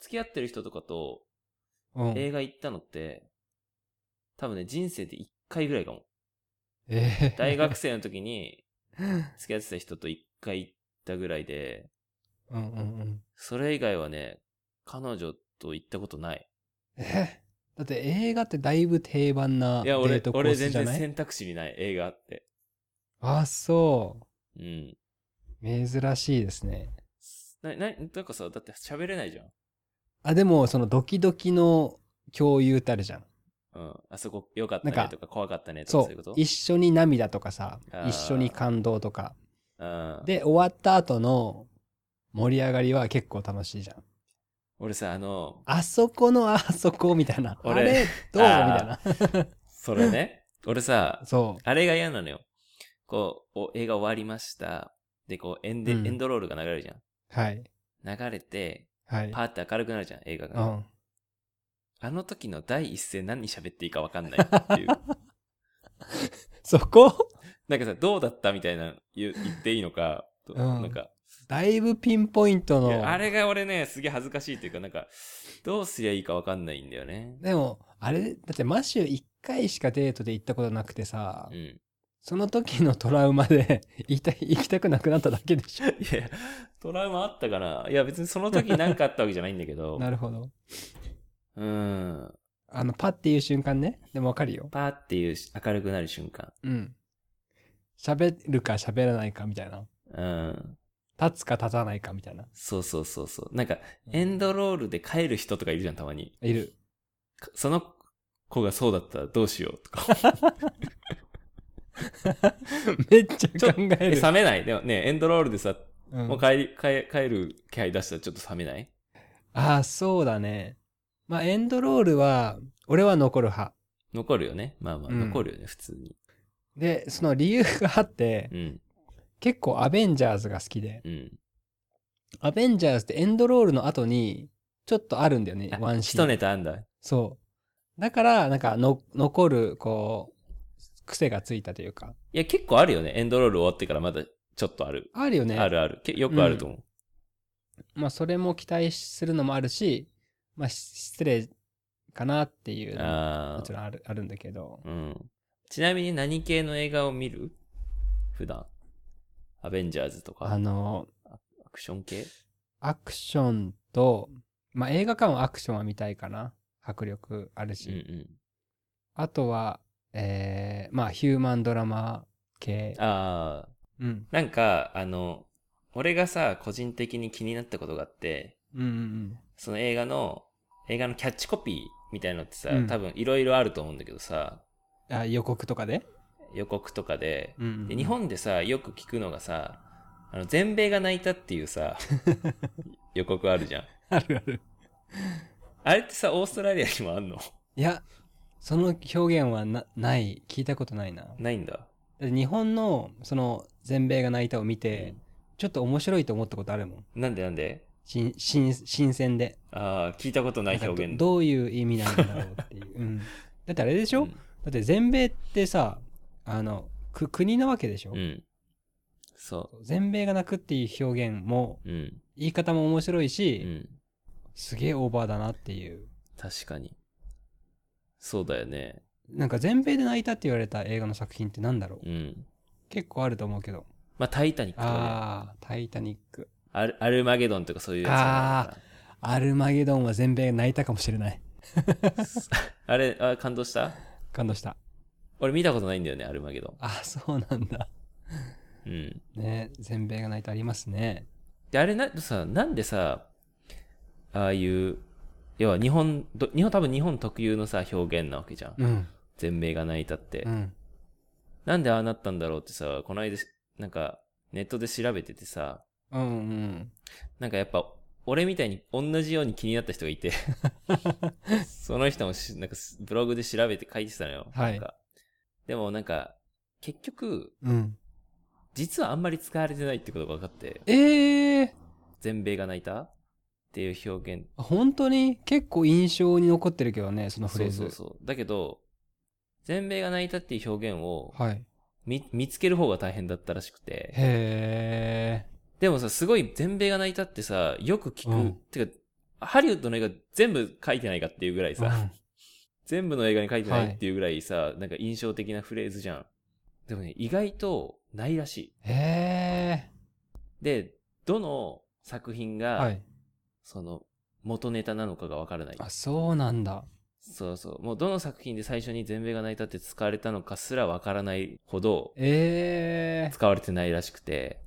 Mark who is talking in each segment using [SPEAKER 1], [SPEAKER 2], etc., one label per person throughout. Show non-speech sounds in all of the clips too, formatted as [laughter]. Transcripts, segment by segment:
[SPEAKER 1] 付き合ってる人とかと
[SPEAKER 2] うん。
[SPEAKER 1] 映画行ったのって、多分ね、人生で一回ぐらいかも。
[SPEAKER 2] えー
[SPEAKER 1] 大学生の時
[SPEAKER 2] [laughs]
[SPEAKER 1] に付き合ってた人と一回行ったぐらいで、
[SPEAKER 2] うんうんうん。
[SPEAKER 1] それ以外はね、彼女と行ったことない。
[SPEAKER 2] えーだって映画ってだいぶ定番ないデ
[SPEAKER 1] や、
[SPEAKER 2] ー
[SPEAKER 1] 俺
[SPEAKER 2] ト、コー
[SPEAKER 1] 俺
[SPEAKER 2] ス
[SPEAKER 1] 全
[SPEAKER 2] じゃ
[SPEAKER 1] 然
[SPEAKER 2] ない
[SPEAKER 1] 選択肢にない映画って。
[SPEAKER 2] あ、そ
[SPEAKER 1] うん。
[SPEAKER 2] う。珍しいですね。
[SPEAKER 1] な、な、なんかさ、だって喋れないじゃん。
[SPEAKER 2] あ、でも、そのドキドキの共有ってあるじゃん。
[SPEAKER 1] うん。あそこ良かった
[SPEAKER 2] なん
[SPEAKER 1] ね
[SPEAKER 2] か
[SPEAKER 1] とか怖かったねとか
[SPEAKER 2] そ
[SPEAKER 1] そういうこ
[SPEAKER 2] う
[SPEAKER 1] と。
[SPEAKER 2] 一緒に涙とかさ
[SPEAKER 1] あ、ー
[SPEAKER 2] 一緒に感動とか。
[SPEAKER 1] うん。
[SPEAKER 2] で、終わった後の盛り上がりは結構楽しいじゃん。
[SPEAKER 1] 俺さ、あの、
[SPEAKER 2] あそこのあそこみたいな。あ
[SPEAKER 1] 俺
[SPEAKER 2] れ、どうみたい
[SPEAKER 1] あ
[SPEAKER 2] な。
[SPEAKER 1] それね、俺さ、
[SPEAKER 2] そ
[SPEAKER 1] あれが嫌なのよ。こう、お映画終わりました。で、こう、エンデ、
[SPEAKER 2] うん
[SPEAKER 1] エンドロールが流れるじゃん。
[SPEAKER 2] う。はい。
[SPEAKER 1] 流れて、
[SPEAKER 2] はい。
[SPEAKER 1] パーって明るくなるじゃん、映画
[SPEAKER 2] う
[SPEAKER 1] が。
[SPEAKER 2] ん。
[SPEAKER 1] あの時の第一声何喋っていいか分かんないって
[SPEAKER 2] [laughs]
[SPEAKER 1] いう。
[SPEAKER 2] そこ
[SPEAKER 1] なんかさ、どうだったみたいな言う言っていいのか、と
[SPEAKER 2] うん
[SPEAKER 1] なんか、
[SPEAKER 2] だいぶピンポイント
[SPEAKER 1] い
[SPEAKER 2] の。
[SPEAKER 1] やあれが俺ね、すげえ恥ずかしいというか、なんか、どうすりゃいいか分かんないんだよね。
[SPEAKER 2] でも、あれ、だってマシュ1回しかデートで行ったことなくてさ、
[SPEAKER 1] うん。い
[SPEAKER 2] その時のトラウマで [laughs] 行きたい行きたくなくなっただけでしょ。
[SPEAKER 1] や、トラウマあったかないや、別にその時なんかあったわけじゃないんだけど、
[SPEAKER 2] [laughs] なるほど。
[SPEAKER 1] うん。
[SPEAKER 2] あの、パっていう瞬間ね。でもわかるよ。
[SPEAKER 1] パーっていうし明るくなる瞬間。
[SPEAKER 2] うん。喋るか喋らないかみたいな。
[SPEAKER 1] うん。
[SPEAKER 2] 立つか立たないかみたいな。
[SPEAKER 1] そうそうそうそう。なんか、エンドロールで帰る人とかいるじゃん、たまに。
[SPEAKER 2] いる。 [laughs]
[SPEAKER 1] かその子がそうだったらどうしようとか。
[SPEAKER 2] [laughs] めっちゃ考え
[SPEAKER 1] え
[SPEAKER 2] る。
[SPEAKER 1] 冷めない。でもね、エンドロールでさ、
[SPEAKER 2] うん
[SPEAKER 1] もう帰り、帰帰る気配出したらちょっと冷めない
[SPEAKER 2] ああ、そうだね。まあ、エンドロールは、俺は残る派。
[SPEAKER 1] 残るよね。まあまあ、
[SPEAKER 2] うん
[SPEAKER 1] 残るよね、普通に。
[SPEAKER 2] で、その理由があって、
[SPEAKER 1] うん、
[SPEAKER 2] 結構アベンジャーズが好きで、
[SPEAKER 1] うん。
[SPEAKER 2] アベンジャーズってエンドロールの後に、ちょっとあるんだよね、ワンシー
[SPEAKER 1] 一
[SPEAKER 2] ン。
[SPEAKER 1] ネタあんだ。
[SPEAKER 2] そう。だから、なんかの、残る、こう、癖がついたというか。
[SPEAKER 1] いや、結構あるよね。エンドロール終わってからまだちょっとある。
[SPEAKER 2] あるよね。
[SPEAKER 1] あ。るある。けよくあると思う。
[SPEAKER 2] まあ、それも期待するのもあるし、まあ、し失礼かなっていうのも、も
[SPEAKER 1] あ
[SPEAKER 2] ち
[SPEAKER 1] あ。
[SPEAKER 2] ろんある、あるんだけど。
[SPEAKER 1] うん。ちなみに何系の映画を見る普段。アベンジャーズと
[SPEAKER 2] あ
[SPEAKER 1] か、
[SPEAKER 2] の、
[SPEAKER 1] アクション系
[SPEAKER 2] アクションと、まあ、映画館はアクションは見たいかな。迫力あるし。
[SPEAKER 1] うんうん。
[SPEAKER 2] あとは、えー、まあ、ヒューマンドラマ系。
[SPEAKER 1] ああ。
[SPEAKER 2] うん。
[SPEAKER 1] なんか、あの、俺がさ、個人的に気になったことがあって、
[SPEAKER 2] うんうん
[SPEAKER 1] その映画の、映画のキャッチコピーみたいのってさ、
[SPEAKER 2] うん
[SPEAKER 1] 多分いろいろあると思うんだけどさ、
[SPEAKER 2] うん。あ、予告とかで
[SPEAKER 1] 予告とかで、
[SPEAKER 2] うんうん
[SPEAKER 1] で日本でさよく聞くのがさあの全米が泣いたっていう
[SPEAKER 2] [laughs]
[SPEAKER 1] さ予告あるじゃん
[SPEAKER 2] [laughs] あるある。
[SPEAKER 1] あれってさオーストラリアにもあんの
[SPEAKER 2] いや、その表現はなない、聞いたことないな。だ
[SPEAKER 1] ないんだ
[SPEAKER 2] って日本の、その、全米が泣いたを見て、ちょっと面白いと思ったことあるもん。
[SPEAKER 1] なんでなんで
[SPEAKER 2] 新、新、新鮮で。
[SPEAKER 1] ああ聞いたことない表
[SPEAKER 2] なんかど
[SPEAKER 1] 現
[SPEAKER 2] どういう意味なんだろうって [laughs] いう。うん。だってあれでしょ、
[SPEAKER 1] うん
[SPEAKER 2] だって全米ってさ、あの、く国なわけでしょ、
[SPEAKER 1] うんそ
[SPEAKER 2] 全米が泣くっていう表現も、
[SPEAKER 1] ううん
[SPEAKER 2] 言い方も面白いうし、
[SPEAKER 1] ん
[SPEAKER 2] すげえオーバーだなっていう。
[SPEAKER 1] 確かにそうだよね
[SPEAKER 2] なんか全米で泣いたって言われた映画の作品ってなんだろう
[SPEAKER 1] うん
[SPEAKER 2] 結構あると思うけど。
[SPEAKER 1] まあ「タイタニック」とかね
[SPEAKER 2] あー、タイタニック。
[SPEAKER 1] アル「アルマゲドン」とかそういうやつ
[SPEAKER 2] あアルマゲドンは全米泣いたかもしれない。
[SPEAKER 1] [laughs] ああれあ感動した
[SPEAKER 2] 感動した。
[SPEAKER 1] 俺見たことないんだよねアルマゲド
[SPEAKER 2] あ、そうなんだ。
[SPEAKER 1] ンうん
[SPEAKER 2] ね全米が泣いたありますね。
[SPEAKER 1] で、あれな、さ、なんでさ、ああいう、要は日本、ど日本多分日本特有のさ、表現なわけじゃん。
[SPEAKER 2] うん。
[SPEAKER 1] 全米が泣いたって。
[SPEAKER 2] うん。
[SPEAKER 1] なんでああなったんだろうってさ、この間し、なんか、ネットで調べててさ、
[SPEAKER 2] うんうん。
[SPEAKER 1] なんかやっぱ、俺みたいに同じように気になった人がい
[SPEAKER 2] [laughs]
[SPEAKER 1] て、その人もし、なんかブログで調べて書いてたのよ。
[SPEAKER 2] はい
[SPEAKER 1] なんかでもなんか、結局、
[SPEAKER 2] うん。
[SPEAKER 1] 実はあんまり使われてないってことが分かって、
[SPEAKER 2] ええ
[SPEAKER 1] 全米が泣いたっていう表現
[SPEAKER 2] ー、本当に結構印象に残ってるけどね、そのフレーズ。
[SPEAKER 1] そうそうそう。だけど、全米が泣いたっていう表現を
[SPEAKER 2] はい。
[SPEAKER 1] 見見つける方が大変だったらしくて。
[SPEAKER 2] へえ。
[SPEAKER 1] でもさ、すごい全米が泣いたってさ、よく聞く。
[SPEAKER 2] うん
[SPEAKER 1] てか、ハリウッドの映画全部書いてないかっていうぐらいさ、
[SPEAKER 2] うん
[SPEAKER 1] 全部の映画に書いてないっていうぐらいさ、なんか印象的なフレーズじゃん。でもね、意外とないらしい。
[SPEAKER 2] へ
[SPEAKER 1] で、どの作品
[SPEAKER 2] え。
[SPEAKER 1] が、
[SPEAKER 2] はい。
[SPEAKER 1] その、元ネタなのかがわからない。
[SPEAKER 2] あ、そうなんだ。
[SPEAKER 1] そうそう。もうどの作品で最初に全米が泣いたって使われたのかすらわからないほど
[SPEAKER 2] ええ。
[SPEAKER 1] 使われてないらしくて。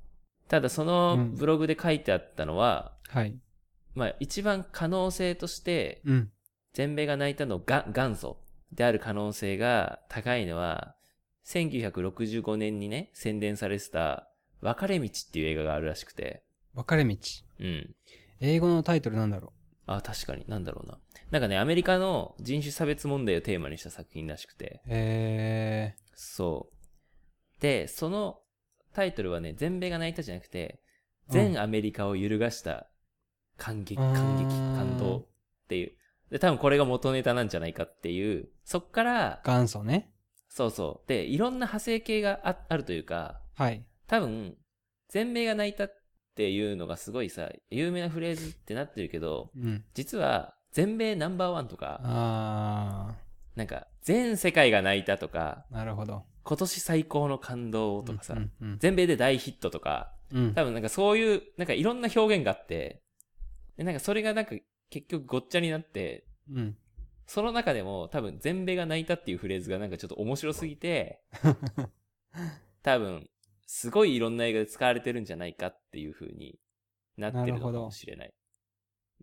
[SPEAKER 1] ただその
[SPEAKER 2] うん
[SPEAKER 1] ブログで書いてあったのは、
[SPEAKER 2] はい。
[SPEAKER 1] まあ一番可能性として、
[SPEAKER 2] うん。
[SPEAKER 1] 全米が泣いたのが元祖である可能性が高いのは、1965年にね、宣伝されてた、別れ道っていう映画があるらしくて。
[SPEAKER 2] 分かれ道。
[SPEAKER 1] うん。
[SPEAKER 2] 英語のタイトルなんだろ
[SPEAKER 1] あ、確かに。なんだろうな。なんかね、アメリカの人種差別問題をテーマにした作品らしくて。
[SPEAKER 2] う。へえ。
[SPEAKER 1] そう。で、そのタイトルはね、全米が泣いたじゃなくて、全アメリカを揺るがした感激、
[SPEAKER 2] うん
[SPEAKER 1] 感激、感動っていう。で、多分これが元ネタなんじゃないかっていう、そっから、
[SPEAKER 2] 元祖ね。
[SPEAKER 1] そうそう。で、いろんな派生系がああるというか、
[SPEAKER 2] はい。
[SPEAKER 1] 多分、全米が泣いたっていうのがすごいさ、有名なフレーズってなってるけど、
[SPEAKER 2] うん。
[SPEAKER 1] 実は、全米ナンバーワンとか、
[SPEAKER 2] あ
[SPEAKER 1] なんか、全世界が泣いたとか、
[SPEAKER 2] ー、なるほど。
[SPEAKER 1] 今年最高の感動とかさ、
[SPEAKER 2] うんうん
[SPEAKER 1] 全米で大ヒットとか、
[SPEAKER 2] うん。うん
[SPEAKER 1] 多分なんかそういう、なんかいろんな表現があって、でなんかそれがなんか結局ごっちゃになって、
[SPEAKER 2] うん。
[SPEAKER 1] その中でも多分全米が泣いたっていうフレーズがなんかちょっと面白すぎ
[SPEAKER 2] [laughs]
[SPEAKER 1] て、多分すごいいろんな映画で使われてるんじゃないかっていう風になってるのかもしれない。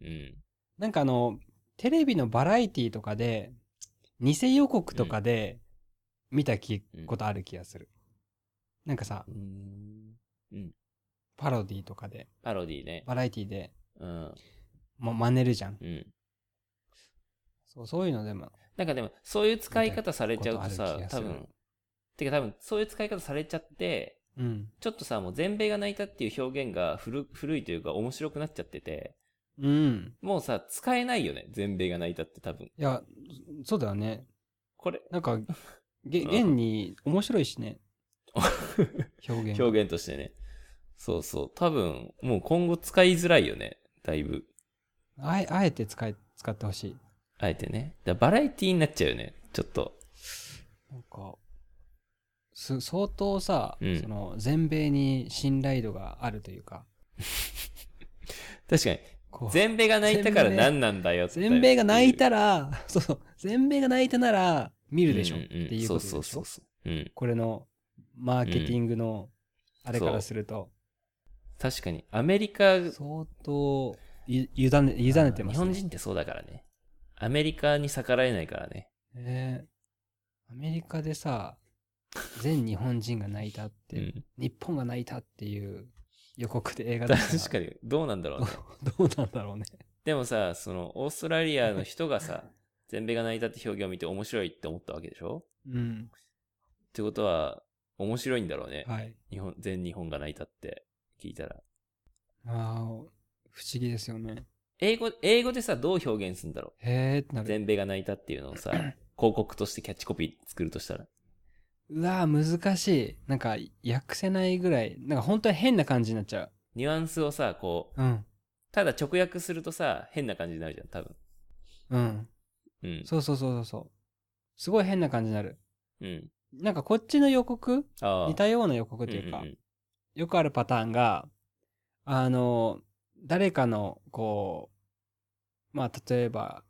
[SPEAKER 1] うん。
[SPEAKER 2] なんかあの、テレビのバラエティとかで、偽予告とかで見たき
[SPEAKER 1] うん
[SPEAKER 2] ことある気がする。なんかさ
[SPEAKER 1] う、ん。
[SPEAKER 2] パロディとかで、
[SPEAKER 1] パロディね。
[SPEAKER 2] バラエティで、
[SPEAKER 1] うん。
[SPEAKER 2] ま、真似るじゃん。
[SPEAKER 1] うん。
[SPEAKER 2] そう、そういうのでも、
[SPEAKER 1] なんかでも、そういう使い方されちゃうとさ
[SPEAKER 2] みたいな、ことあ
[SPEAKER 1] 多
[SPEAKER 2] る気がする
[SPEAKER 1] 分、てか多分、そういう使い方されちゃって、
[SPEAKER 2] うん。
[SPEAKER 1] ちょっとさ、もう全米が泣いたっていう表現が古古いというか面白くなっちゃってて、
[SPEAKER 2] うん。
[SPEAKER 1] もうさ、使えないよね。全米が泣いたって多分。
[SPEAKER 2] いや、そうだよね。
[SPEAKER 1] これ、
[SPEAKER 2] なんか、げ、
[SPEAKER 1] うん
[SPEAKER 2] 現に面白いし
[SPEAKER 1] [laughs]
[SPEAKER 2] ね。表現。
[SPEAKER 1] 表現としてね。そうそう。多分、もう今後使いづらいよね。だいぶ。
[SPEAKER 2] あえ、あえて使い、使ってほしい。
[SPEAKER 1] あえてね。だからバラエティになっちゃうよね。ちょっと。
[SPEAKER 2] なんか、す、相当さ、
[SPEAKER 1] うん
[SPEAKER 2] その、全米に信頼度があるというか、
[SPEAKER 1] 確かに。
[SPEAKER 2] こう
[SPEAKER 1] 全米が泣いたから何なんだよって
[SPEAKER 2] 全米が泣いたら、 [laughs] そうそう、全米が泣いたなら見るでしょっていうことでし
[SPEAKER 1] そ
[SPEAKER 2] ょ
[SPEAKER 1] うそうそう。うん。
[SPEAKER 2] これのマーケティングのあれからすると、
[SPEAKER 1] 確かに。アメリカ、
[SPEAKER 2] 相当ゆ委ね委ねて
[SPEAKER 1] 日
[SPEAKER 2] ます、ね。
[SPEAKER 1] 本人ってそうだからね。アメリカに逆らえないからね。
[SPEAKER 2] えーアメリカでさ、全日本人が泣いたって、
[SPEAKER 1] うん。
[SPEAKER 2] 日本が泣いたっていう予告で映画だったら
[SPEAKER 1] 確かに。どうなんだろうね。
[SPEAKER 2] どうなんだろうね。
[SPEAKER 1] でもさ、その、オーストラリアの人が
[SPEAKER 2] [laughs]
[SPEAKER 1] さ、全米が泣いたって表現を見て面白いって思ったわけでしょ
[SPEAKER 2] うん。
[SPEAKER 1] ってことは、面白いんだろうね。
[SPEAKER 2] はい。
[SPEAKER 1] 日本、全日本が泣いたって聞いたら。
[SPEAKER 2] ああ、不思議ですよね。
[SPEAKER 1] 英語、英語でさ、どう表現するんだろ
[SPEAKER 2] へえってな
[SPEAKER 1] う
[SPEAKER 2] る。
[SPEAKER 1] 全米が泣いたっていうのを
[SPEAKER 2] [laughs]
[SPEAKER 1] さ、広告としてキャッチコピー作るとしたら。
[SPEAKER 2] うわー難しい。なんか、訳せないぐらい。なんか本当に変な感じになっちゃ
[SPEAKER 1] ニュアンスをさ、こう、
[SPEAKER 2] う。うん。
[SPEAKER 1] ただ直訳するとさ、変な感じになるじゃん、多分。
[SPEAKER 2] うん。
[SPEAKER 1] うん。
[SPEAKER 2] そうそうそうそうそう。すごい変な感じになる。
[SPEAKER 1] うん。
[SPEAKER 2] なんかこっちの予告
[SPEAKER 1] ああ。
[SPEAKER 2] 似たような予告というか、
[SPEAKER 1] んんん
[SPEAKER 2] よくあるパターンが、あの、誰かの、こう、まあ、例えば、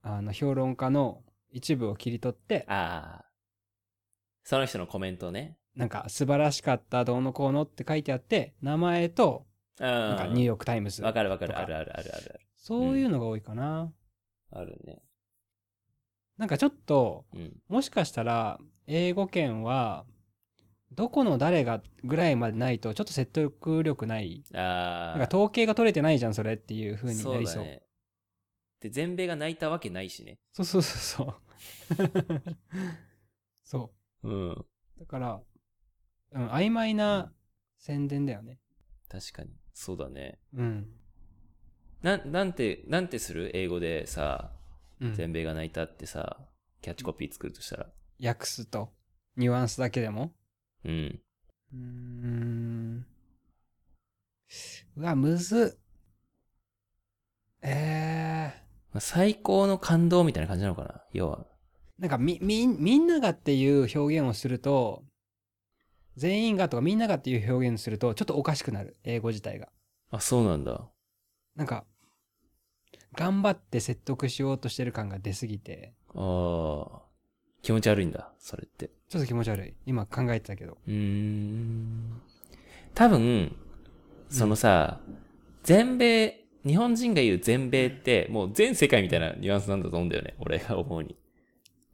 [SPEAKER 2] あの、評論家の一部を切り取って、
[SPEAKER 1] ああ。その人のコメントね。
[SPEAKER 2] なんか、素晴らしかった、どうのこうのって書いてあって、名前と、
[SPEAKER 1] うん。
[SPEAKER 2] なんか、ニューヨークタイムズ。
[SPEAKER 1] わかるわか
[SPEAKER 2] と
[SPEAKER 1] る。あるあるあるある
[SPEAKER 2] そういうのが多いかな。
[SPEAKER 1] ある。あるね。
[SPEAKER 2] なんかちょっと、
[SPEAKER 1] うん。
[SPEAKER 2] もしかしたら、英語圏は、どこの誰がぐらいまでないと、ちょっと説得力ない。
[SPEAKER 1] ああ。
[SPEAKER 2] なんか統計が取れてないじゃん、それっていう風になりそう。そう,、
[SPEAKER 1] だね。で、全米が泣いたわけないしね。
[SPEAKER 2] そうそうそう。 [laughs] そ
[SPEAKER 1] うん。
[SPEAKER 2] う。だから、うん、曖昧な宣伝だよね。
[SPEAKER 1] 確かに。そうだね。
[SPEAKER 2] うん。
[SPEAKER 1] なん、なんて、なんてする英語でさ、
[SPEAKER 2] うん、
[SPEAKER 1] 全米が泣いたってさ、キャッチコピー作るとしたら。
[SPEAKER 2] 訳すと、ニュアンスだけでも。
[SPEAKER 1] うん。
[SPEAKER 2] うーん。うわ、むずっ。ええ
[SPEAKER 1] まあ最高の感動みたいな感じなのかな要は。
[SPEAKER 2] なんかみ、み、みんながっていう表現をすると、全員がとかみんながっていう表現をすると、ちょっとおかしくなる。英語自体が。
[SPEAKER 1] あ、そうなんだ。
[SPEAKER 2] なんか、頑張って説得しようとしてる感が出すぎて、
[SPEAKER 1] ああ。気持ち悪いんだ、それって。
[SPEAKER 2] ちょっと気持ち悪い。今考えてたけど。
[SPEAKER 1] うーん。多分、そのさ、全米、日本人が言う全米って、もう全世界みたいなニュアンスなんだと思うんだよね。俺が思うに。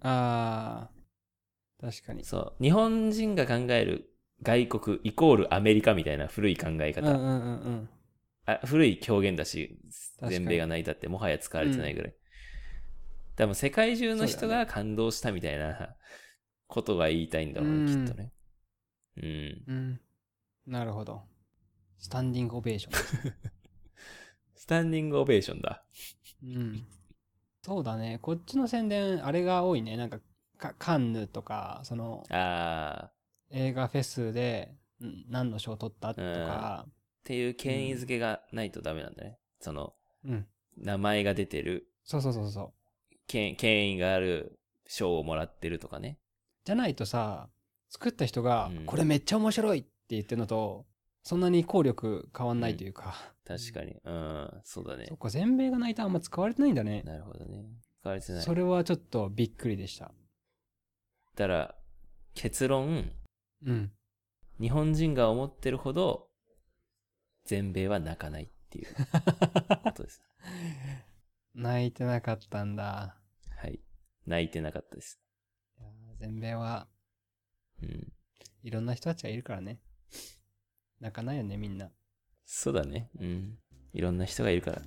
[SPEAKER 2] あー、確かに。
[SPEAKER 1] そう。日本人が考える外国イコールアメリカみたいな古い考え
[SPEAKER 2] うん
[SPEAKER 1] 方。
[SPEAKER 2] うんうんうん。
[SPEAKER 1] あ古い表現だし、
[SPEAKER 2] 確かに
[SPEAKER 1] 全米が泣いたってもはや使われてないぐらい。多分世界中の
[SPEAKER 2] そ
[SPEAKER 1] 人
[SPEAKER 2] うだ
[SPEAKER 1] が感動したみたいなことが言いたいんだろうね、
[SPEAKER 2] うん
[SPEAKER 1] きっとね。うん。
[SPEAKER 2] うん。なるほど。スタンディングオベーショ
[SPEAKER 1] スタンディングオベーションだ。
[SPEAKER 2] ン。うん。そうだね。こっちの宣伝、あれが多いね。なんか、かカンヌとか、その、
[SPEAKER 1] あー。っ
[SPEAKER 2] 映画フェスでん何の賞を取ったとか、
[SPEAKER 1] ていう権威づけがないとダメなんだね。その、
[SPEAKER 2] うん。
[SPEAKER 1] 名前が出てる、
[SPEAKER 2] そうそうそうそう。
[SPEAKER 1] 権権威がある賞をもらってるとかね。
[SPEAKER 2] じゃないとさ、作った人が、
[SPEAKER 1] うん
[SPEAKER 2] これめっちゃ面白いって言ってるのと、そんなに効力変わんないというか。
[SPEAKER 1] 確かに。うん、そうだね
[SPEAKER 2] そっ。か、全米が泣いたあんま使われてないんだね。
[SPEAKER 1] なるほどね。使われてない。
[SPEAKER 2] それはちょっとびっくりでした。
[SPEAKER 1] だから、結論、
[SPEAKER 2] うん。
[SPEAKER 1] 日本人が思ってるほど、全米は泣かないっていうことです。
[SPEAKER 2] 泣いてなかったんだ。
[SPEAKER 1] はい。泣いてなかったです。
[SPEAKER 2] いやー全米は
[SPEAKER 1] うん。
[SPEAKER 2] いろんな人たちがいるからね。泣かないよね、みんな。
[SPEAKER 1] そうだね。うん。いろんな人がいるから。